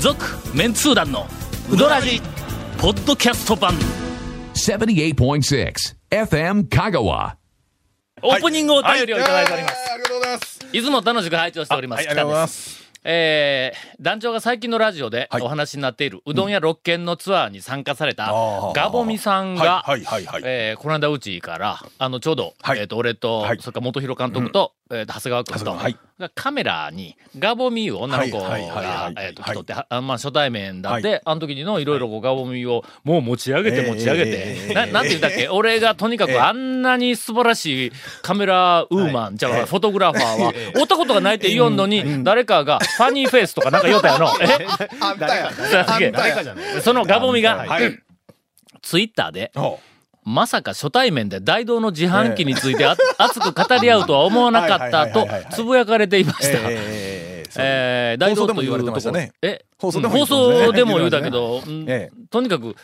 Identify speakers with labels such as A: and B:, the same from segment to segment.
A: 続メンツー団のウドラジポッドキャスト版
B: 78.6 FM Kagawa.
A: オープニングお便りをいただいております、
C: す。ありがとうございます。
A: い、つも楽しく拝聴しております、
C: はい、あ
A: 北
C: りがとうござい
A: で
C: ますす。
A: えー団長が最近のラジオで
C: はい
A: お話になっているうどん屋6軒のツアーに参加された
C: あー
A: ガボミさんが、
C: はいはいはいはい
A: えーこの間うちからあのちょうど、
C: はい
A: えー、と俺と、
C: はい
A: それから元弘監督と、えーと長谷川君と
C: 長谷川
A: カメラにガボミいう女の子
C: はいはいはいは
A: が
C: い
A: えーと来とってはあまあ、初対面だって、
C: は
A: あの時のいろいろガボミをもう持ち上げて
C: えー
A: 持ち上げて、
C: えー
A: ななんて言ったっけ俺がとにか
C: え
A: く
C: ー
A: あんなに素晴らしいカメラウーマン、じゃあ、
C: えー
A: フォトグラファーは、おったことがないって言おんのに、誰かが、ファニーフェイスとかなんか言おったやろ。え
C: あんたや。 あ
A: 誰
C: ん
A: か
C: た
A: 誰
C: や
A: か。じゃないそのガボミが、
C: はい。
A: ツイッターで、
C: ほ
A: まさか初対面で大道の自販機についてあ 熱く語り合うとは思わなかっ
C: は
A: た
C: いはいはい
A: と
C: はいはい
A: つぶやかれていま
C: う
A: した。
C: えーえ
A: えー大道というところ
C: 放送でも言われてましたね
A: え
C: 放送でも
A: うん
C: 言
A: 放
C: ってましたね
A: 送でも言うたけど、うん
C: え
A: とにかく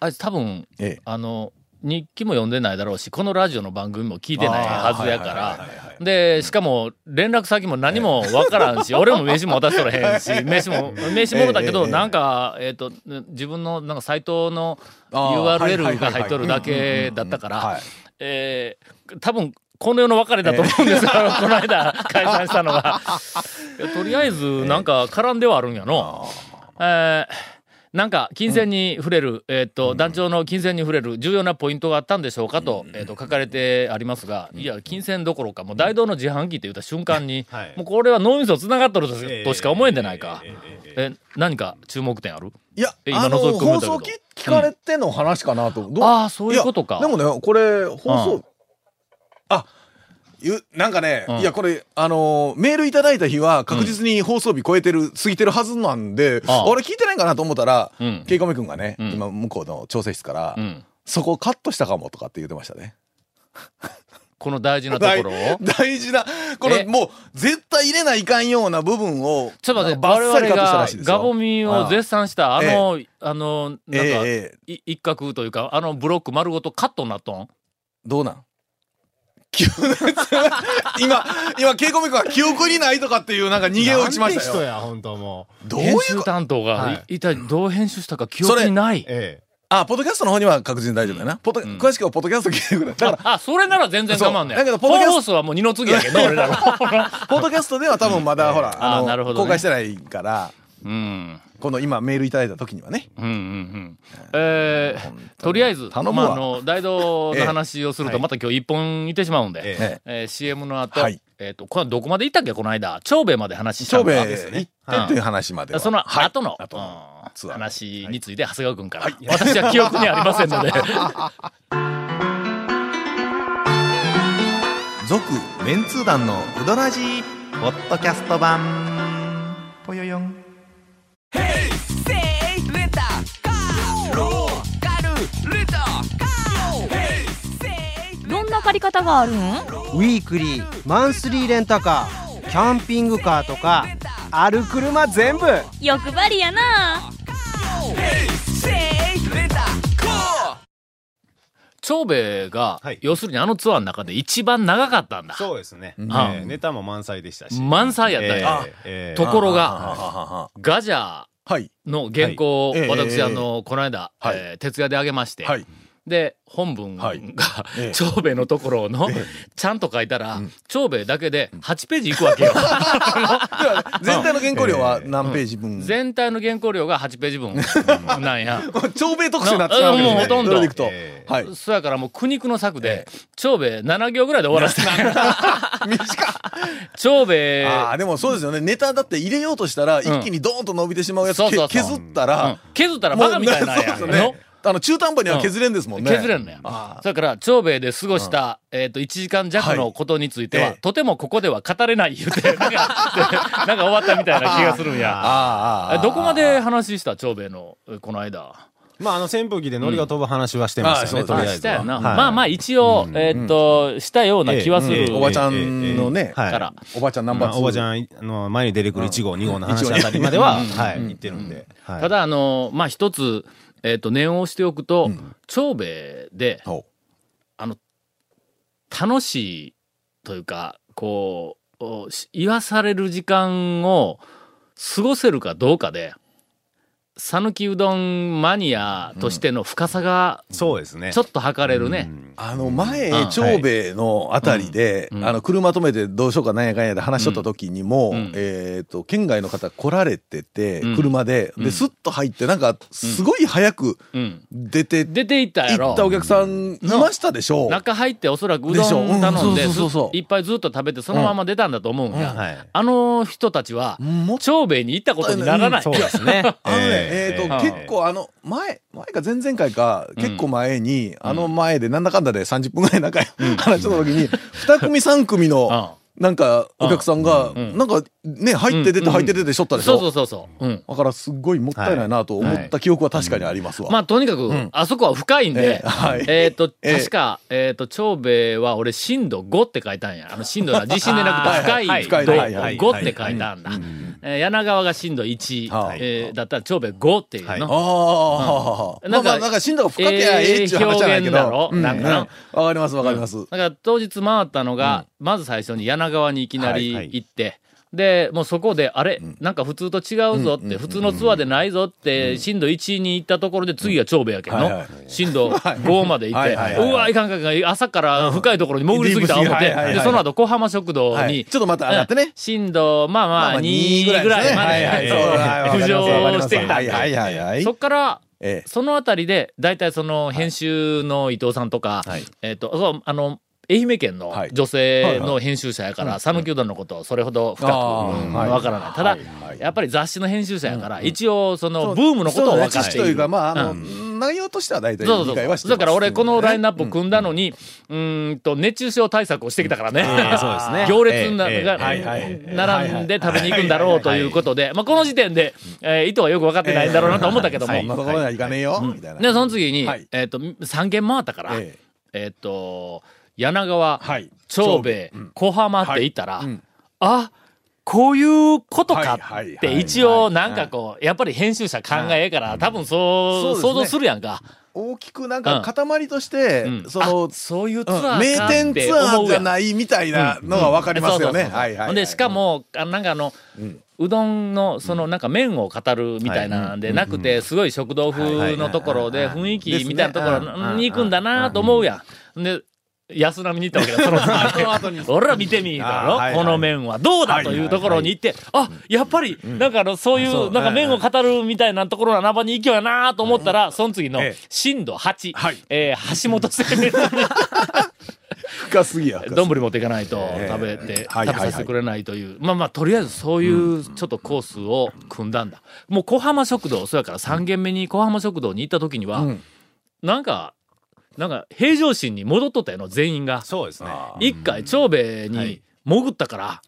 A: あいつ多分
C: ーえー
A: あの日記も読んでないだろうしこのラジオの番組も聞いてないはずやか
C: あーはいはいはいは
A: らでしかも連絡先も何もわからんし俺も名刺も渡しとらへん し名刺も名刺もろたけ
C: ええ
A: ど
C: ええ
A: なんかえっと自分のなんかサイトの
C: あーはいはいはい
A: URL が入っとるだけだったか
C: うんうんうんう
A: ら
C: んはい
A: えー多分この世の別れだと思うんですよ、 この間解散したのが。いやとりあえずなんか絡んではあるんやの。えーなんか金銭に触れる、えーっと団長の金銭に触れる重要なポイントがあったんでしょうかと,、えーっと書かれてありますが、いや金銭どころかもう大道の自販機って言った瞬間に、
D: はい
A: もうこれは脳みそつながっとるとし,、としか思えんじゃないか、え
D: ええ
A: 何か注目点ある
C: いや
A: え、今
C: あの、
A: 覗き込めた
C: 放
A: けど
C: 送き聞かれての話かなと。どう
A: ああそういうことか
C: やでもね、これ、放
A: う
C: 送、あ、ゆなんかね
A: うん、
C: いや、これ、あのー、メールいただいた日は確実に放送日超えてる、過ぎてるはずなんで、
A: ああ
C: 俺聞いてないかなと思ったら
A: うん、
C: ケイコメ君がね、
A: ん
C: 今向こうの調整室から
A: うん、
C: そこカットしたかもとかって言ってましたね。
A: この大事なところを
C: 大大事な、こ
A: え
C: れもう絶対入れないかんような部分を、
A: ちょっと待って、
C: バ
A: 我
C: ッサ
A: 々
C: リカットした
A: が
C: らしいですよ
A: ガボミを絶賛した、あの、あの、なんか、
C: えええ
A: い一角というか、あのブロック丸ごとカットになっとん
C: どうなん 急な今、今、ケイコメ君は記憶にないとかっていうなんか逃げを打ちました
D: なんて人
C: よ。
D: や、本当もう。
C: どういう
A: 編
C: こ
A: 集担当が、
D: はい
A: い、一体どう編集したか記憶にない。
D: え
C: あ、ポッドキャストの方には確実に大丈夫だよな。ポッド詳しくはポッドキャスト聞いてくれ。だから、
A: あ、それなら全然
C: そう
A: 我慢ね。
C: だけどポッドキャスト
A: 本放送はもう二の次やけど、 俺らの。
C: ポッドキャストでは多分まだ、ほら、
A: あー
C: あ
A: なるほ
C: の、
A: どね
C: 公開してないから、
A: うん。
C: この今メールいただいた時にはね。
A: うんうんうん。えーとりあえず、
C: 頼む
A: ま
C: わ
A: あ、あの、大道の話をすると、
D: ええ
A: また今日一本いってしまうんで、え
D: え
A: ー
C: ええ
A: CM の後、
C: はい
A: えっ、と、これはどこまで行ったっけ、この間、長兵衛まで話した
C: 長
A: の
C: 兵衛
A: か。
C: 行ってっていう話までは。
A: その
C: はい
A: 後の、
C: 後の
A: うん
C: ツアー
A: 話について長谷川君から、私は記憶にありませんの で
C: 続、メンツー団のうどらじ
D: えポッドキャスト版、ぽよよん。
E: セイレンタカーローカルレンタカー
F: どんな借り方があるん
G: ウィークリーマンスリーレンタカーキャンピングカーとかある車全部
F: 欲張りやな
E: セイレンタカー
A: 長兵衛が、
D: はい
A: 要するにあのツアーの中で一番長かったんだ
D: そうですね。え
A: あ
D: えネタも満載でしたし。
A: 満載やったんや、
D: ええええ
A: ところ
C: はは
A: が
C: はは
A: ガジャー
C: はい。
A: の原稿を
C: はいええ
A: 私、
C: ええ
A: あのこの間、
C: はい
A: えー徹夜であげまして、
C: はい。
A: で本文が、
C: はいええ
A: 長兵衛のところの、ちゃんと書いたら、長兵衛だけで8ページいくわけ よ
C: 全体の原稿料は何ページ分、
A: 全体の原稿料が8ページ分なんや。
C: 長兵衛特集になってしまうわけですね
A: なもうほとんど
C: それでいくと、
D: え
C: はい
A: そうやからもう苦肉の策で、長兵衛7行ぐらいで終わらせた。長兵衛、
C: ああでもそうですよねネタだって入れようとしたら一気にドーンと伸びてしまうやつ、
A: そうそうそう
C: け削った
A: う
C: ら
A: ん、削ったら
C: もう
A: バカみたいなんや。
C: そうですよねあの中途半端には削れんですもんね、
A: 削れんのや。
C: あ
A: それから、長兵衛で過ごした、えっ、と、1時間弱のことについては、
C: はいええ
A: とてもここでは語れない言うて、なんか、なんか終わったみたいな気がするんや。
C: あああ
A: えどこまで話した長兵衛の、えこの間。
D: まあ、あの、扇風機でノリが飛ぶ話はしてましたよね、
C: うん
D: と
A: ま
D: り
A: あ、
D: あ
A: し
D: えず
A: た
D: は。
A: よな。
D: はい
A: まあまあ、一応、えっ、と、したような気はする。
D: ええええ
C: おばちゃんのね、
D: はい
A: から。
C: おばちゃんナン
D: ま
C: バー
D: あ
C: ツー
D: おばちゃん、あの、前に出てくる1号、2号の話あたりまでは、はい、言ってるんで。はい
A: た、だ、あの、まあ、一つ、えっ、と、念を押しておくと、長兵衛で、
C: ほ
A: 楽しいというか、こう、おし言わされる時間を過ごせるかどうかで、讃岐うどんマニアとしての深さが
D: そうですね
A: ちょっと測れるね。
C: あの前、
A: うん
C: 長兵衛のあたりで、
A: うんうん
C: あの車止めてどうしようかなんやかんやで話しとった時にも、
A: うん
C: えっ、と県外の方来られてて、
A: うん
C: 車で
A: う
C: で
A: ん
C: スッと入ってなんかすごい早く
A: うん。
C: 出て、
A: 出ていったや
C: 行
A: ろ
C: っ。たお客さんいましたでしょう、
A: 中入っておそらくう
C: でしょ
A: どん頼んで、
C: うんそ
A: す
C: うそうそうそう
A: いっぱいずっと食べてそのまま出たんだと思うん
C: う
A: や。
D: はい
A: あの人たちは、
C: もっと
A: 長兵衛に行ったことにならない。
D: そうですね
C: あのね、え
D: え
C: ー
D: ー
C: と、
A: えー
C: 結構あの、前、前か前々回か、結構前に、あの前で、なんだかんだで30分ぐらい仲良い話した時に、2組3組の、なんか、お客さんが、
A: ん
C: なんか、ね、入って出
A: うん
C: て入って出てしょったでし
A: そうそ
C: ょ
A: うそうそう。うん。
C: だから、すっごいもったいないなと思った記憶は確かにありますわ。
A: まあ、とにかく、
C: ん
A: あそこは深いんで、
C: ええはい
A: えっ、と、
C: ええ
A: 確か、えっ、と、長兵衛は俺、震度5って書いたんや。あの、震度な、地震でなくて
C: は
A: 深
C: い
A: い
C: はいはい
A: 度
C: はいはい
A: 5って書いたんだ。えー柳川が震度1、
C: はい
A: えーだったら長兵衛5っていうの。うん
C: ああ、まあま
A: な
C: あ、
A: んか
C: なんか、死んだら深けやええっちゅう話じゃない
A: ええ表
C: け
A: 現だろ
C: ど。う
A: なんかな
C: うんわかります、わかります。
A: だから当日回ったのが、まず最初に柳川にいきなり
D: はいはい
A: 行って、で、もうそこで、あれ、なんか普通と違うぞって、普通のツアーでないぞって、震度1に行ったところで次が長兵衛やけん
C: はいは
A: の
C: い。
A: 震度5まで行っ
C: は
A: て、
C: いはいはいう
A: わ、いかんかんかん、朝から深いところに潜りすぎた思っ
C: は
A: て、
C: いはいはい
A: で、その後、小浜食堂
C: は
A: に
C: い、ちょっとまた上がってね
A: うん震度、まあまあ、2ぐらいまで、
C: はい
A: 浮上してきた
C: は
A: ん
C: い
A: で
C: はいはいはい。
A: そっから、
C: ええ
A: そのあたりで、大体その編集の伊藤さんとか、
C: はい
A: えっ、と、そうあの、愛媛県の
C: はい
A: 女性の編集者やから、讃岐うどんのことをそれほど深く
C: あー
A: うん
C: はい
A: わからない。ただ、
C: はい
A: やっぱり雑誌の編集者やから、一応そ
C: そ
A: の
C: う
A: ブームのことを分か
C: そ
A: っ
C: うだ
A: て
C: ね知識
A: いる。
C: というか、まあ、あ
A: う
C: の、内容としては大体
A: そうそ
C: 理
A: うそ
C: 解
A: う
C: はしてま
A: だ
C: す
A: から俺このラインナップを
C: うん
A: 組んだのに、うーんと、熱中症対策をしてきたからね。
D: ええそうですね
A: 行列な、
D: ええ
A: が
D: はい
C: はい
A: 並んで食べに行くんだろうということで、まあこの時点で、えー意図はよく分かってないんだろうなと思ったけども、
C: そんなところにはいかねえよ、みたいな。
A: で、その次に、
C: はい
A: えっ、と、3軒回ったから、え
C: え
A: っ、と、柳川、
C: はい
A: 長兵衛、小浜って行ったら、
C: ん
A: あ、こういうことか
C: はいはい
A: っ
C: は
A: て
C: い
A: 一応なんかこう、やっぱり編集者考ええから、多分そう、
C: そうですね
A: 想像するやんか。
C: 大きくなんか塊として、
A: うん
C: その
A: あ、そういうツアーか
C: う
A: っ
C: ん
A: て
C: 名
A: 思うやん、
C: 店ツアーじゃないみたいなのがわかります
A: そう
C: よね。
A: そうそうそう
C: はいはいはい。
A: ほんで、しかも、あなんかあの、うどんの、その、なんか麺を語るみたいなんでなくて、すごい食堂風のところで、雰囲気みたいなところに行くんだなと思うやん。で、安波に行ったわけだ、その後に。俺ら見てみ、だ
D: あーはい
A: ろ
D: は
A: こ
D: い
A: の麺はどうだというところに行って、あ、やっぱり、なんかあの、そうい、
D: そうう
A: なんか麺を語るみたいなところの穴場に行きようやなと思ったら、その次の
C: ええ、
A: 震度8
C: はい、
A: えー橋本製麺所に
C: 深すぎや。深すぎ
A: 丼持っていかないと
C: ええ
A: 食べて、
C: はい
A: 食べさせてくれないという、まあまあとりあえずそういうちょっとコースを組んだんだ、もう小浜食堂そうやから3軒目に小浜食堂に行った時には、
C: うん
A: なんかなんか平常心に戻っとったよの全員が
D: そうですね
A: 一回長兵衛に潜ったから、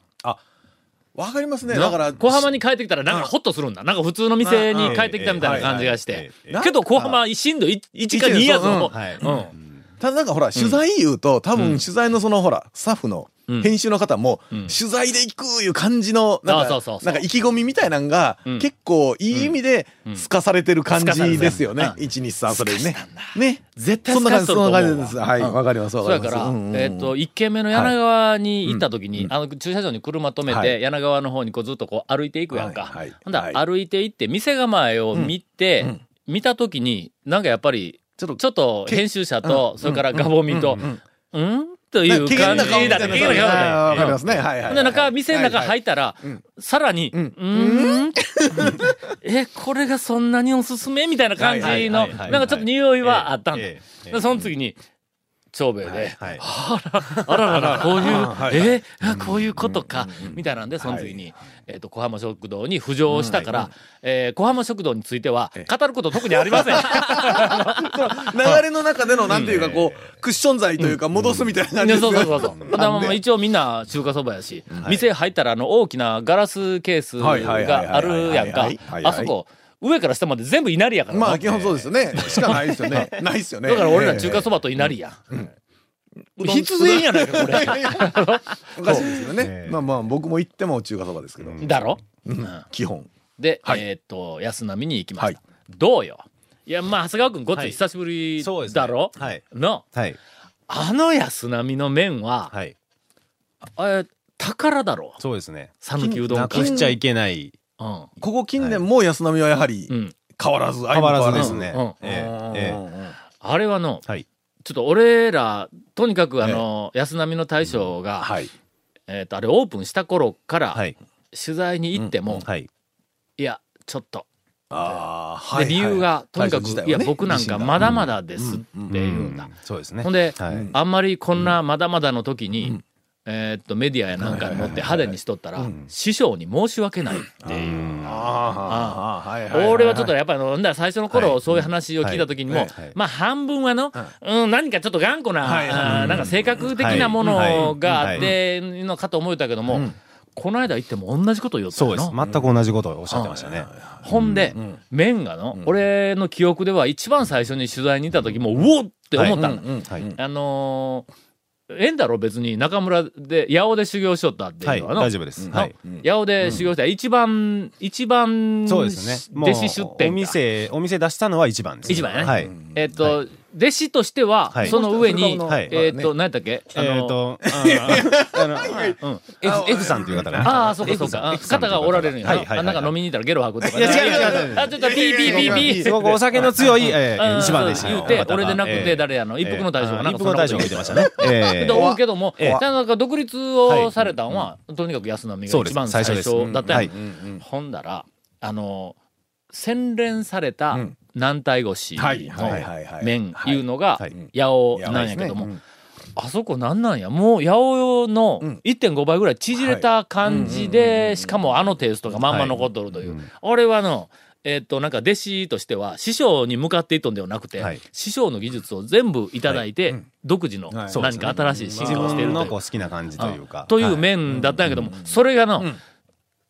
C: わかりますね。
A: な
C: だから、
A: 小浜に帰ってきたらなんかホッとするんだなんか普通の店に帰ってきたみたいな感じがし
D: うんうん
A: て
D: え
C: ええええ
A: けど小浜震度1か2やぞ、
D: はい
C: ただなんかほら、取材言うと、多分取材のそのほら、スタッフの
A: うん
C: 編集の方も、
A: うん
C: 取材で行くいう感じの、なん
A: そうそうそう
C: か、
A: そう
C: なんか意気込みみたいなんが
A: うん、
C: 結構いい意味で
A: ん、
C: 透かされてる感
A: 透かされて
C: じ
A: る
C: ですよ
A: う
C: ね
A: ん。
C: 1、2、3、それね。ね。
A: 絶対
C: そんな感じ、
A: スカ
C: そ
A: ッ
C: ん
A: と
C: な
A: すると思
C: 感じ
A: う
C: です。はい、わかります、わ
A: そ
C: か
A: や
C: りま
A: か
C: す。
A: ら、
C: うんうんうん
A: えっ、と、一軒目の柳川に行った時に、
C: うん
A: あの、駐車場に車止めて、
C: はい
A: 柳川の方にこうずっとこう歩いていくやんか。
C: はいはい
A: ほんだら
C: はい
A: 歩いて行って、店構えを見て、
C: うんうん
A: 見た時に、なんかやっぱり、
C: ちょっと
A: ちょっと編集者と、それからガボミと、うん、という
C: 機嫌
A: 感
C: な顔
A: じ
C: み
A: だったた。
C: いな
A: 機嫌な顔だった
C: あーわかりますね。はいはいは
A: ほ
C: い。
A: んで、中、店の中
C: はいは
A: 入
C: い
A: ったら、さらに、うーん、 え、これがそんなにおすすめみたいな感じの、
D: はいはいはい
A: な
D: は
A: ん
D: い
A: かちょっと匂いはあったんだ。
D: ええええ
A: でその次に、長兵衛で、
D: はい
A: あららら、こういう、えーこういうことか、みたいなんで、その次に、えっと、小浜食堂に浮上したから、えー小浜食堂については、語ること特にありません。
C: 流れの中での、なんていうか、こう、クッション材というか、戻すみたいな感
A: ね
C: じです
A: そ
C: よ
A: う
C: ね。
A: そうそうそう。ほんでまあまあ一応みんな中華そばやし、店入ったらあの大きなガラスケース
C: はいはいはいはい
A: があるやんか
C: はいはいは。
A: あ
C: い
A: そこ、上から下まで全部稲荷やからな。
C: まあ、基本そうですよね。しかないですよね。ないですよね。
A: だから俺ら中
C: え
A: 華そばと稲荷や。必然やないか、これ。
C: えおかしいですよね。まあまあ、僕も行っても中華そばですけど、
A: だろ
C: 基本。
A: で、
C: はい
A: えーっと、安波に行きました。
C: は
A: どうよ。いや、まあ、長谷川君、ごっつ
D: はいい
A: 久しぶり
D: そうですね
A: だろ
D: はい
A: の、
D: はい
A: あの安波の麺は、
D: はい
A: えー宝だろ
D: そうですね
A: 讃岐うどん
D: な
A: か
D: くしちゃいけない
A: うん。
C: ここ近年も安波はやはり
A: うん。
C: 変わらず、
D: 変わらずです
A: うんうん
D: ね。ええええ
A: あれはの、
D: はい。
A: ちょっと俺ら、とにかくあの、安波の大将が、
C: はい。
A: えっ、と、あれオープンした頃から、
D: はい。
A: 取材に行っても、
D: はい。
A: いや、ちょっと。
C: ああ、は
A: で、
C: い。
A: 理由が、とにかく、いや、僕なんかまだまだですって
D: う
A: 言うんだ。
D: んそうですね。
A: ほんで、
D: はい
A: あんまりこんなまだまだの時に、えーっとメディアやなんかに乗って派手にしとったら、師匠に申し訳ないっていう。
C: ああ、はい。
A: 俺はちょっとやっぱりあのほんだら最初の頃そういう話を聞いた時にも、
D: はいはい
A: まあ半分はの、うん、何かちょっと頑固な、
C: はい
A: あーなんか性格的なものがあってのかと思えたけども、この間行っても同じこと言おった
D: そ
A: よ
D: うです。
A: な
D: 全く同じことをおっしゃってましたね。
A: ほんで、麺がの、俺の記憶では一番最初に取材に行った時もうおっって思ったんだ、
D: はい。
A: あのー、ええんだろ別に中村で八尾で修行しとったって
D: は
A: いう
D: い。
A: のはの、
D: 大丈夫です。はい。
A: 八尾で修行した一番、一番
D: そうですね。もう
A: 弟子出店
D: お店、お店出したのは一番です。
A: 一番やね
D: はい。
A: えっ、と、弟子としては、
D: はい
A: その上に、
D: はい
A: えっ、と、何やったっけ
D: えっ、と、あの、うん。F, F さんという方がね。
A: ああ、そうかそうか。
D: F さん
A: 方がおられるんや。
D: はいはいはい
A: あなんか飲みに行ったらゲロ吐くとか。
D: いや違う違う違う
A: あ、ちょっとピーピーピーピー。
D: すごくお酒の強い、
A: う
D: え
A: ん
D: ー、一番でした
A: 言うて、俺でなくて、誰やの一服の大将がなんか
D: 一服
A: そん
D: の
A: なこと
D: 大将
A: 言っ
D: が言ってて
A: ま
D: ま
A: し
D: したね。
A: た
D: え
A: けど思うけども、
D: ええ
A: ただなんか独立をされたんは、とにかく安波が一番最
D: そうです最初で
A: 初
D: す
A: だったやん
D: うん
A: ほんだら、あの、洗練された軟体腰
C: はいはい
A: の
C: はいはい
A: 麺いうのが
D: はい
A: 八尾なんやけども、あそこなんなんやもう八尾の1.5倍ぐらい縮れた感じで、しかもあのテイストがまんま残っとるという。俺はの、えっと、なんか弟子としては師匠に向かっていっとんではなくて、
D: はい
A: 師匠の技術を全部いただいて、独自の
C: はい
A: 何か新しい進
D: 自
A: 化をしている
D: 分
A: という
D: のこう好きな感じというか。
A: という面だったんやけども、それがの、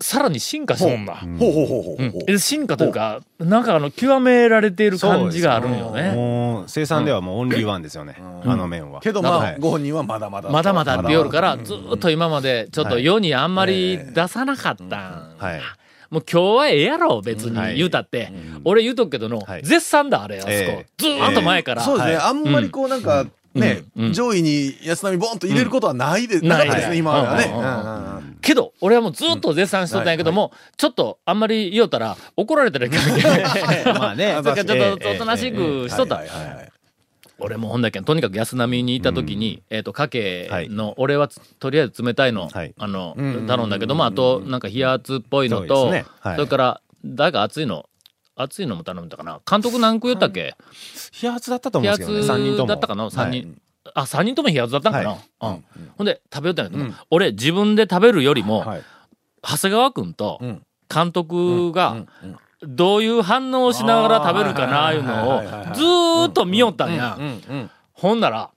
A: さらに進化しとんだ。
C: ほうほうほうほうほう。
A: うん進化というか、なんかあの、極められている感じがあるんよね。
D: もう生産ではもうオンリーワンですよね、あの麺は。
C: けどまあ、ご本人はまだまだ。
A: まだまだって夜から、ずーっと今まで、ちょっと世にあんまり出さなかったん。
D: はい、
A: もう今日はええやろ、別
D: は
A: に
D: い
A: 言うたって。俺言うとくけどの
D: は、い
A: 絶賛だ、あれ、あそこ
D: ええ。
A: ずーっと前から。
C: そうですね。
D: は
C: あんまりこうなんか、ね、上位に安波ボンと入れることはないで、なかったです
A: な
C: ね、
A: い
C: 今まではね
A: うんうんうん
C: うんうんうん。
A: けど、俺はもうずーっと絶賛しとったんやけども、ちょっとあんまり言おうたら怒られたらいかんけど
D: まあね
A: それからちょっとおとなしくしとった。俺もほんだけんとにかく安波にいた時に、えっ、と、かけの、俺はつとりあえず冷たいの、
D: はい
A: あの、頼んだけども、あと、なんか冷圧っぽいの
D: そ
A: と、
D: う
A: そ,、
D: ですねはい
A: れから、だが熱いの、熱いのも頼んだかな。監督何個言ったっけ、
D: 冷圧だったと思
A: 冷
D: うんですけどね、
A: 圧
D: 3人とも。
A: だったかな ?3 人。あ、三人とも冷圧だったんかな、
D: は
A: うんほんで、食べよったんやけども、俺自分で食べるよりも、
C: はい
A: 長谷川君と監督が、どういう反応をしながら食べるかな、いうのを、ずーっと見よったんや。ほんなら、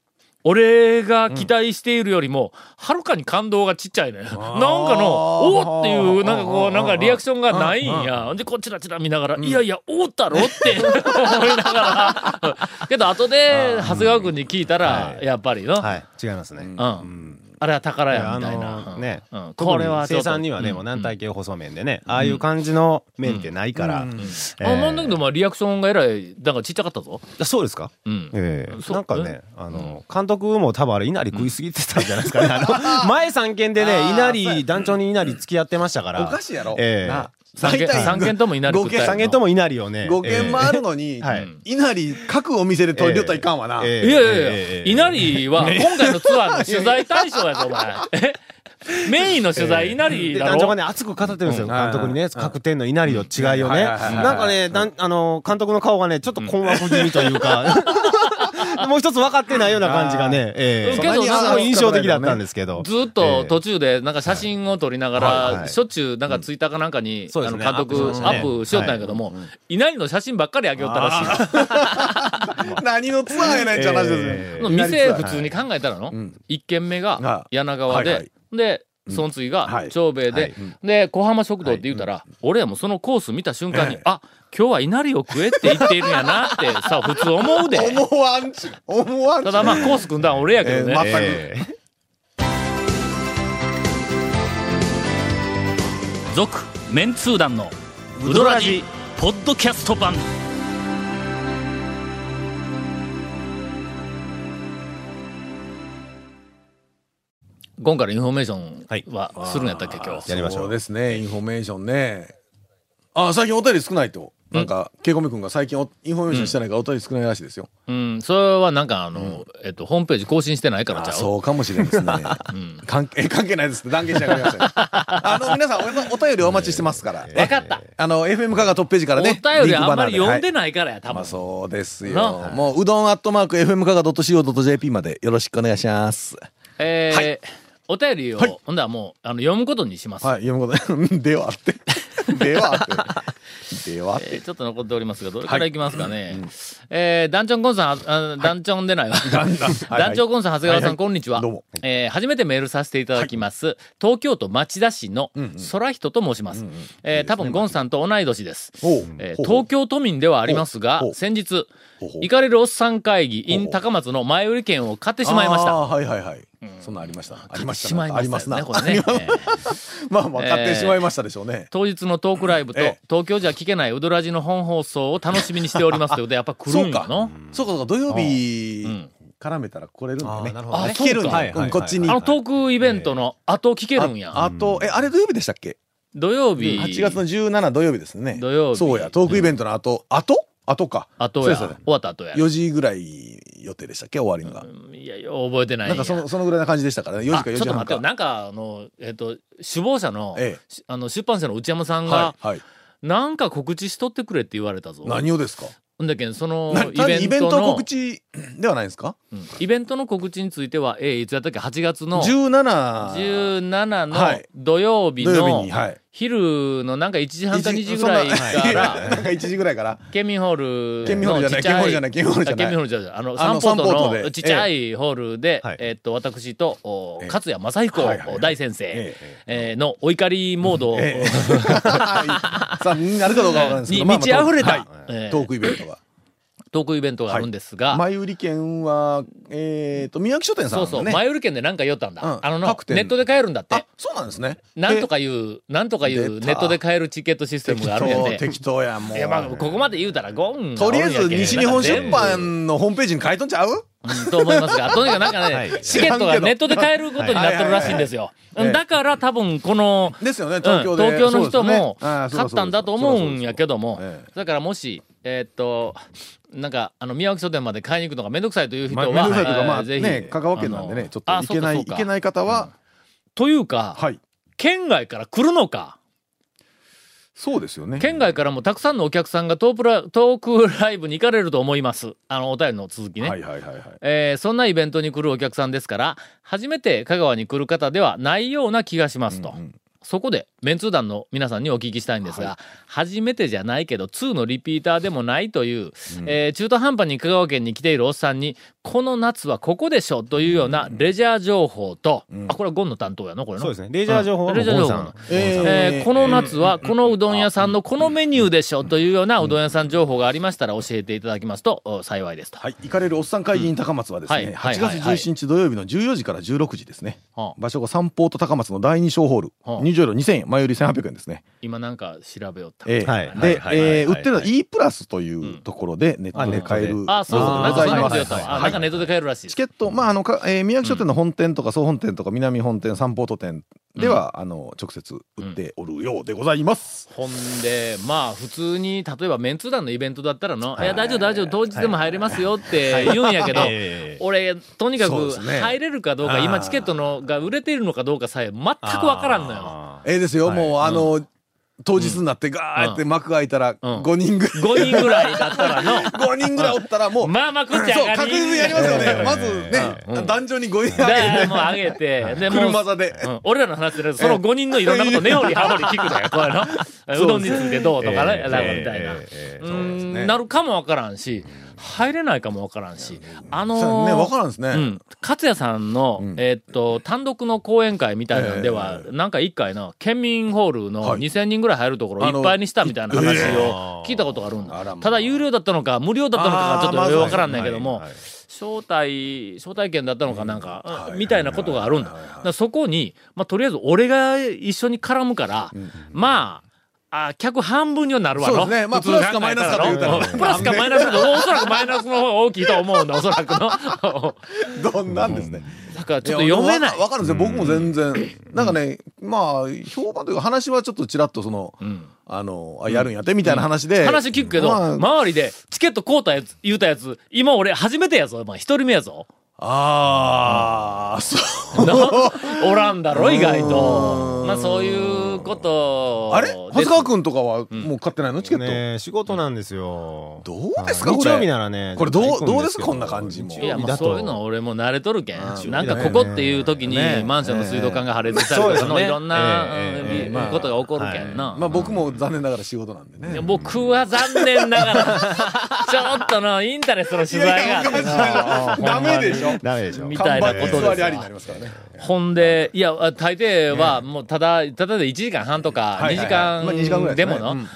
A: 俺が期待しているよりも、はるかに感動がちっちゃい ね。なんかの、おーっていう、なんかこう、なんかリアクションがないんや。で、こっちらちら見ながら、いやいや、おーったろって思いながら。 けど、後で、長谷川君に聞いたら、
D: はい
A: やっぱりの、
D: はい、違いますね。
A: うん。あれは宝や、みたいな。
D: のね、
A: うん
D: 特
A: こ
D: に
A: れはちょっ
D: 生
A: と
D: 産にはね、
A: うん
D: もう軟体系細麺でね、ああいう感じの麺ってないから。えー
A: あ、もんだけど、まあ、リアクションがえらい、なんかちっちゃかったぞ。
D: あそうですか
A: うん。
D: ええ
A: そう
D: なんかね、あの、監督も多分あれ、稲荷食いすぎてたんじゃないですかね。あの、前3件でね、稲荷、団長に稲荷付き合ってましたから。
C: おかしいやろ。
D: ええ
C: な
A: 三軒三軒とも稲荷食ったやろ
D: 3件とも稲荷をね。
C: 5軒もあるのに、
D: はい
C: 稲荷各お店で取り寄ったらいかんわな。
D: ええ
A: いやいやいや、
D: ええ
A: 稲荷 は今回のツアーの取材対象やぞ、お前。えメインの取材、稲荷
D: で
A: だ
D: 団長
A: ろ
D: がね、熱く語ってるんですよ。
C: うん
D: 監督にね、各店の稲荷の違いを
C: は
D: ね。
C: いはいはいはい
D: なんかね、団あの、監督の顔がね、ちょっと困惑気味というか、 もう一つ分かってないような感じがね、ええ
A: けど
D: そんなに
A: なんか
D: すごい印象的だったんですけど。
A: ずっと途中でなんか写真を撮りなが
D: はいはいは
A: ら、
D: い
A: しょっちゅうなんかツイッターかなんかに、
D: そうで
A: あ
D: す
A: の
D: ね
A: 監督
D: アップしま
A: ア
D: したね
A: ップしよったんやけども、稲荷の写真ばっかりあげよったら しい。
C: 何のツアーやないって話ですね。
D: え
A: の店普通に考えたらの、一軒目が柳川で、
C: はいはい
A: で、その次
C: は
A: が
C: い
A: 長兵衛で、
D: はい
A: で、小浜食堂って言うたら、俺らもそのコース見た瞬間に、あ、今日は稲荷を食えって言っているんやなってさ、普通思うで。
C: 思わんちゅう。思わんちゅ
A: た
C: う。
A: だまあコース組んだん俺やけどね。
C: えー全く
D: ええ
A: 続メンツー団のウドラジポッドキャスト版今回のインフォメーションはするんやったっけ、今日
D: やりましょう
C: そうですね、インフォメーションね。あ、最近お便り少ないと。なんか、ケイコミ君が最近おインフォメーションしてないからお便り少ないらしいですよ。
A: うん、それはなんかあの、えっと、ホームページ更新してないからち
C: あ
A: ゃう。
C: そうかもしれないですね。 関係、関係ないですって断言してあげま したよ。あの、皆さんお、お便りお待ちしてますから。
A: わかった。
C: あの、FM カガトップページから
A: お便
C: ね。
A: りあんまり
C: リンクバナーで
A: 読ん
C: は
A: で
C: い
A: ないからや、多
C: まあ
A: 分。
C: そうです
A: な
C: よ
A: は。い
C: もう、うどんアットマーク FM カガ .co.jp までよろしくお願いします。
A: えー
C: はい
A: お便りを、
C: はい
A: ほんだらもう、あの、読むことにします。
C: はい、読むことない ではあって。 ではあ って。ではあって。
A: えーちょっと残っておりますが、どれからいきますかね。えーダンチョンコンさん、あダンチョンで ないわ。
C: はい
A: ダンチョンコンさん、長谷川さん、こんにちは。
C: どうも
A: えー初めてメールさせていただきます。東京都町田市の空人と申します。えー多分ゴンさんと同い年です。
C: おう
A: えー
C: ほう
A: 東京都民ではありますが
C: ほうほ、う
A: 先日
C: ほうほ、う
A: 行かれるおっさん会議 in
C: ほう
A: 高松の前売り券を買ってしまいまし
C: あ
A: た。
C: ーはいはいはい。そんなんありました。ありました。
A: しまい
C: あ
A: ま
C: りま
A: し
C: す
A: た
C: な。
A: よね、これね。えー
C: まあまあ、買
A: え
C: っ
A: ー
C: てしまいましたでしょうね。
A: 当日のトークライブと、
C: ええ
A: 東京じゃ聞けないウドラジの本放送を楽しみにしておりますということで、やっぱ来る
C: そ
A: ん
C: う
A: や
C: か
A: の。。
C: そうか、そうか、土曜日
A: ん
C: 絡めたら来れるんだね。
D: あーなるほど
A: ね
C: 聞けるん
A: あそうか
C: だ
D: はいはい
C: うんこっちに。
A: あのトークイベントの後聞けるんや。
C: ああと、え、あれ土曜日でしたっけ
A: 土曜日。
C: ?8 月の17土曜日ですね。
A: 土曜日
C: そうや、トークイベントの後、後後か。
A: 後や。
C: そう
A: 終
C: です
A: わった後や。
C: 4時ぐらい予定でしたっけ終わりが。
A: いや、よう覚えてないんや。
C: なんかその、そのぐらいな感じでしたからね。4時
A: あ
C: か
A: ちょっ
C: 4時
A: と待
C: 半
A: ってよ。
C: か。
A: なんか、あの、えっ、と、首謀者の、
C: ええ
A: しあの出版社の内山さんが、
C: はい。はい。
A: なんか告知しとってくれって言われたぞ。
C: 何をですか
A: んだけん、その
C: な
A: イ
C: 単に
A: ベ
C: イ
A: ン
C: ベン
A: ト
C: ト
A: の、
C: 告知ではないんですか
A: うんイベントの告知については、ええいつやったっけ ?8 月の。17
C: ?17。は
A: の
C: い
A: 土曜日
C: 土曜日
A: の
C: に、はい。
A: 昼のなんか1時半か2時
C: 一
A: ぐらい
C: そんな
A: から、
C: なんか1時ぐらいから。
A: ケミホールの
C: 県民ホールじゃない
A: ちっちゃ
C: 県民ホールじゃない県民ホールじゃな
A: あ県民ホールじゃない
C: い
A: あの、
C: あ
A: サン
C: の
A: ポート
C: サンポート
A: の
C: で
A: ちっちゃいホールで、
D: はい
A: えっと、私と、お
C: ええ
A: 勝谷正
C: はいはいは
A: 彦
C: い
A: 大先生
C: え
A: えーのお怒りモードを
C: ええさあ、なるかどうかわからないですけ
A: に
C: ど。
A: 満ち溢れ
C: はい
A: たえ
C: ト
A: ー
C: ークイベントが。
A: トークイベントがあるんですが、
C: 前売り券は、えっと、宮城書店さん
A: そ
C: の
A: う
C: ね。
A: そう、前売り券で何か言ったんだ。
C: うん
A: あのの
C: 各店
A: ネットで買えるんだっ
C: あ
A: て、。
C: そうなんですね。
A: なんとかいう、なんとかいう
C: 出た
A: ネットで買えるチケットシステム
C: 適
A: があるんや
C: 当、
A: で。
C: 適当や、も
A: いやまあ
C: う。
A: ここまで言うたらゴンが
C: と
A: おる
C: り
A: ん
C: あ
A: や
C: え
A: けど
C: ず、西日本出
A: う
C: 版のホームページに書いとんちゃうん
A: と思い ますがとにかくなんかね、
D: はい
A: チケットがネットで買えることになってるらしいんですよ、
C: いはいはい
A: だから多分この、
C: ですよね、
A: うん
C: 東京で。
A: 東京の人も
C: 買
A: 買ったんだと思うんやけども、
C: そうそうそうそう
A: だからもしえーっとなんかあの宮脇書店まで買いに行くのがめんどくさいという人は、
C: まあ、面倒くさいというか、まあ、
A: えーぜひ
C: ね、香川県なんで
A: あの
C: ね、ちょっと
A: あ
C: 行け
A: そ
C: な
A: うか
C: い、行
A: そう
C: け
A: か
C: ない方は、
A: というか、
C: はい。
A: 県外から来るのか
C: そうですよね。
A: 県外からもたくさんのお客さんがトープラトークライブに行かれると思いますあのお便りの続きね、
C: はいはいはいはい。
A: えーそんなイベントに来るお客さんですから、初めて香川に来る方ではないような気がしますと。そこで、メンツー団の皆さんにお聞きしたいんですが、初めてじゃないけど、2のリピーターでもないという、えー中途半端に香川県に来ているおっさんに、この夏はここでしょというようなレジャー情報と、あ、これはゴンの担当やのこれの。
D: そうですね。レジャー情報は
A: レジ
D: もう
A: ャー
D: ゴ
A: 情
D: ン
A: 報
D: さ
A: の
D: ん。
A: えーこの夏はこのうどん屋さんのこのメニューでしょというようなうどん屋さん情報がありましたら教えていただきますとお幸いですと。
C: はい、行かれるおっさん会議員高松はです
A: うんはい
C: ね、8
A: はい
C: 月
A: はいはい
C: 17日土曜日の14時から16時ですね。
A: はあ
C: 場所が三ポート高松の第二小ホール、
A: はあ
C: 入場料2000円、前より1800円ですね。
A: 今なんか調べよった。
C: ええ
D: はいはい
C: で、
D: はいはい
C: えー
D: は
C: 売
D: い
C: ってるのは E プラスというところでネットで買える、
A: あ、そうそう。
D: あー
A: なんかそういうの
C: ござ
A: 言っ
C: います
A: たわ。あ
C: はい
A: なんかネットで買えるらしい。
C: チケット、まああのかえー宮城書店の本店とか総本店とか南本店、三ポート店では、あの直接売っておるようでございます。
A: ほんで、まあ、普通に、例えばメンツー団のイベントだったらの、いや、大丈夫、大丈夫、当日でも入れますよって言うんやけど、
D: ええ
A: 俺、とにか
C: そう
A: く
C: ですね
A: 入れるかどうか、
D: あー
A: 今、チケットのが売れているのかどうかさえ、全くわからんのよ。
D: あー
C: ええですよ、
D: はい
C: もうあの、当日になってガーって幕が開いたら
A: うん
C: 5人ぐらい、
A: 5人ぐらいだったら の、
C: 5人ぐらいおったらもう、
A: まあまあ、食っちゃ
C: そう
A: がり。
C: 確実にやりますよね、
D: ええ
C: まずね、壇上に5人あげ
A: で、
C: て
A: もう上げて、で、もう
C: 車座で、
A: うん、 俺らの話でその5人のいろんなこと根掘り葉掘り聞くのよ、こういうの。うどんについてどうとかね、なんかみたいな。
D: ええ
A: うーんなるかもわからんし、入れないかもわからんし、あの
C: そうね分か
A: ー、
C: らんですね、
A: うん、勝也さんの、
C: ん
A: えーっと、単独の講演会みたいなんでは、
C: え
A: なんか一回の、県民ホールの
C: はい
A: 2000人ぐらい入るところを
C: あの
A: いっぱいにしたみたいな話
C: ええ
A: を聞いたことがあるんだ。
C: あらまあ
A: ただ、有料だったのか、無料だったのかがちょっと
C: あーまず
A: よ
C: は
A: くわからんねんけども、
D: はいはい
A: 招待、招待券だったのかなんか、みたいなことがあるんだ。だからそこに、まあ、とりあえず俺が一緒に絡むから、まあ、あ客半分にはなるわの
C: そうですねまあ
A: 普通に考え
C: プラスかマイナスかと言うたら
A: うんプラスかマイナスかと、おそらくマイナスの方が大きいと思うんだ、おそらくの。
C: どんなんですね、
A: だからちょっと読めない
C: やわか。わかるんですよ僕も全然なんかねまあ評判というか話はちょっとちらっとその、
A: ん
C: あの、あ、やるんやってみたいな話で。
A: 話聞くけど、
C: まあ
A: 周りでチケット買うたやつ、言うたやつ、今俺初めてやぞ、お前一人目やぞ。
C: ああ、そう。
A: なおらんだろ、意外と。まあそういうこと
C: あれ
A: です
C: 長谷川くんとかはもう買ってないのチケット。
D: ねえ仕事なんですよ。
C: どうですか
D: はい
C: こ
D: 日
C: れ
D: 曜日ならね。
C: これどう
D: 絶対行くん
C: どうです
D: け
C: こんな感じも
A: いや、まあそういうの俺も慣れとるけん。
C: ん
A: なんかここっていう時に
C: ね
A: マンションの水道管が破裂したりとか
D: そうです
A: の
D: ね
A: いろんな
D: ええ
A: うん
D: ええ
A: いい
D: まあ
A: ことが起こるけんな。
C: まあ僕も残念ながら仕事なんでね。
A: いや僕は残念ながら、ちょっとのインタレストの取材があってな
C: ダメでしょ。
D: ダメでしょ
A: み。た
C: 看
A: いな
C: 板
A: こ
C: 偽
A: とです
C: りあ
A: わ
C: りになりますからね。
A: ほんで、いや、あ大抵は、もう、ただ、ただで1時間半とか、2
C: はい
A: 時
C: はいまあ二時間ぐ
A: 間
C: らいで
A: です
C: ね
A: も
C: うんう
A: の
C: ん、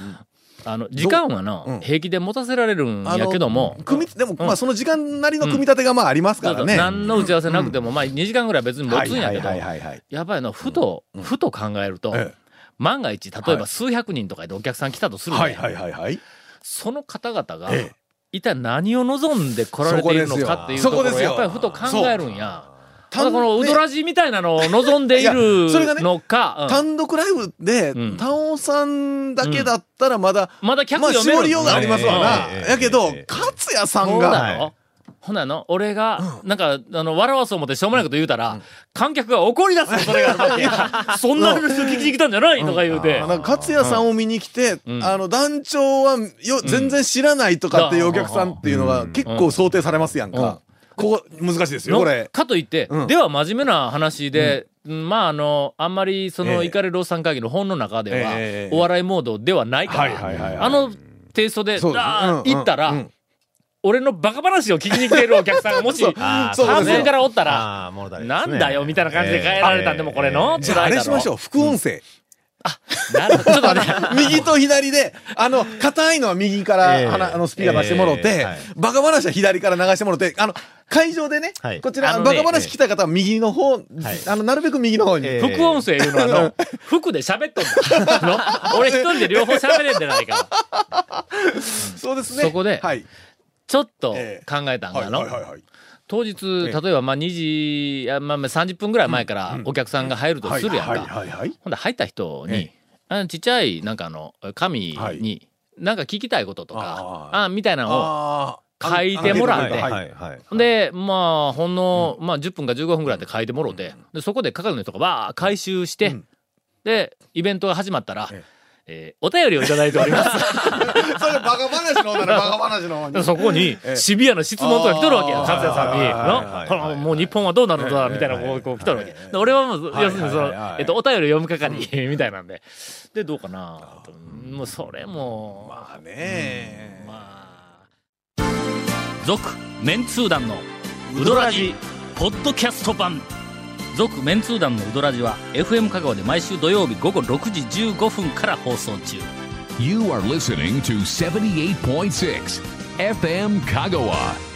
A: あの、時間はの
C: う、ん
A: 平気で持たせられるん
C: あ
A: や
C: の
A: けども、
C: 組みでも、まあその時間なりの組み立てがまああります
A: そ
C: か
A: うそ
C: ら
A: う
C: ね。
A: 何の打ち合わせなくても、まあ、2時間ぐらい別に持
C: はい
A: つんや
C: は
A: け
C: い
A: ど、
C: はいはいはい。
A: やばいの、ふと、ふと考えると、
C: ええ
A: 万が一、例え
C: は
A: ば
C: い
A: 数百人とかでお客さん来たとするね
C: はいはいはいはい。
A: その方々が
C: ええ、
A: 一体何を望んで来られているのかっていうとこ
C: そこ
A: ろ
C: で
A: を、
C: すよ
A: やっぱりふと考えるんや。た
C: そう
A: だこの、
C: 単
A: ウ
C: ね
A: ドラジみたいなのを望んでいる
C: いやそれがね
A: のか、うん
C: 単独ライブで
A: うん、
C: タオさんだけだったらまだ、
A: まだ客
C: まあ
A: 読める
C: 絞りようがありますわ
D: えええええ
C: な。
D: え
C: やけど、
D: ええ
C: 勝也さん
A: そうだ
C: が、
A: ろほなの、俺が、なんか、あの、笑わそう思ってしょうもないこと言うたら、観客が怒り出すのそ れがあるわけ。そんな話聞きに来たんじゃないとか言うて
C: まあ。なんか勝也さんを見に来て、あの、団長はよ全然知らないとかっていうお客さんっていうのが結構想定されますやんか。ここ、難しいですよ、こ
A: の
C: れ。
A: かといって、
C: うん
A: では真面目な話で、うんまああの、あんまりその、
C: ええ
A: 怒れ老さん会議の本の中では、
C: ええ
A: お笑いモードではないか
C: はいはいはいはい
A: ら、あのテイストで、
C: そうですね
A: ダー
C: うん
A: 行ったら、
C: うんうん
A: 俺のバカ話を聞きに来てるお客さんがもし、
D: あ ー
C: そう
A: 反
C: です
A: 面
C: よ
A: からおったら、
D: あー物足り
A: な
D: ですね
A: んだよみたいな感じで帰られたんでもこれの
D: え
C: じゃあ、あれしましょう。副音声。
A: なるちょっと待って。
C: 右と左で、あの、硬いのは右か
D: ええ
C: ら、あのあの、スピーカー出してもろ
D: え
C: て
D: えはい、
C: バカ話は左から流してもろて、あの、会場でね
D: はい、
C: こち
A: あ
C: ら、
A: の
C: バ
A: ね
C: カ話来た方は右の方、
D: い
C: あの、なるべく右の方に。
D: ええ
A: 副音声いうのはあ の、服で喋っとんだ。あの俺一人で両方喋れんじゃないか。
C: そうですね。
A: そこで
C: はい。
A: ちょっと考
C: ええ
A: えたん
C: はい
A: だ
C: はいはい
A: の。
C: はい。
A: 当日、例えばまあ2時、あまあまあ30分ぐらい前からお客さんが入るとするやん
C: はい
A: か。
C: はいはい。
A: ほんで入った人に、あのちっちゃいなんかあの、紙
C: は
A: に、なんか聞きたいこととか、
C: あ
A: あみたいなのを、
C: あー
A: 書いてもら
D: は
A: う
D: い
A: て
C: はい
D: はいはい。
A: で、まあ、ほんの、まあ、10分か15分ぐらいで書いてもろて、でそこで係の人がわー回収して、
C: うん
A: で、イベントが始まったら、
C: え
A: えーお便りをいただいております。
C: それバカ話 の方ならバカ話の方
A: で
C: に。
A: そこに
C: ええ
A: シビアな質問とか来とるわけよ、
C: あー
A: 勝也さんに。
C: はいはいはい
D: は
A: ないこのもう日本はどうなるのだみたいなこうこう来とるわけ。で俺はもう、
C: はい
A: 要するにそ
C: はいはいは
A: の
C: い、
A: えっと、お便り読む係みたいなんで。で、どうかなともうそれも、
C: まあね
A: まあ。続、メンツー団のウドラジ、ポッドキャスト版。続、メンツー団のウドラジは FM 香川で毎週土曜日午後6時15分から放送中。
B: You are listening to 78.6 FM Kagawa.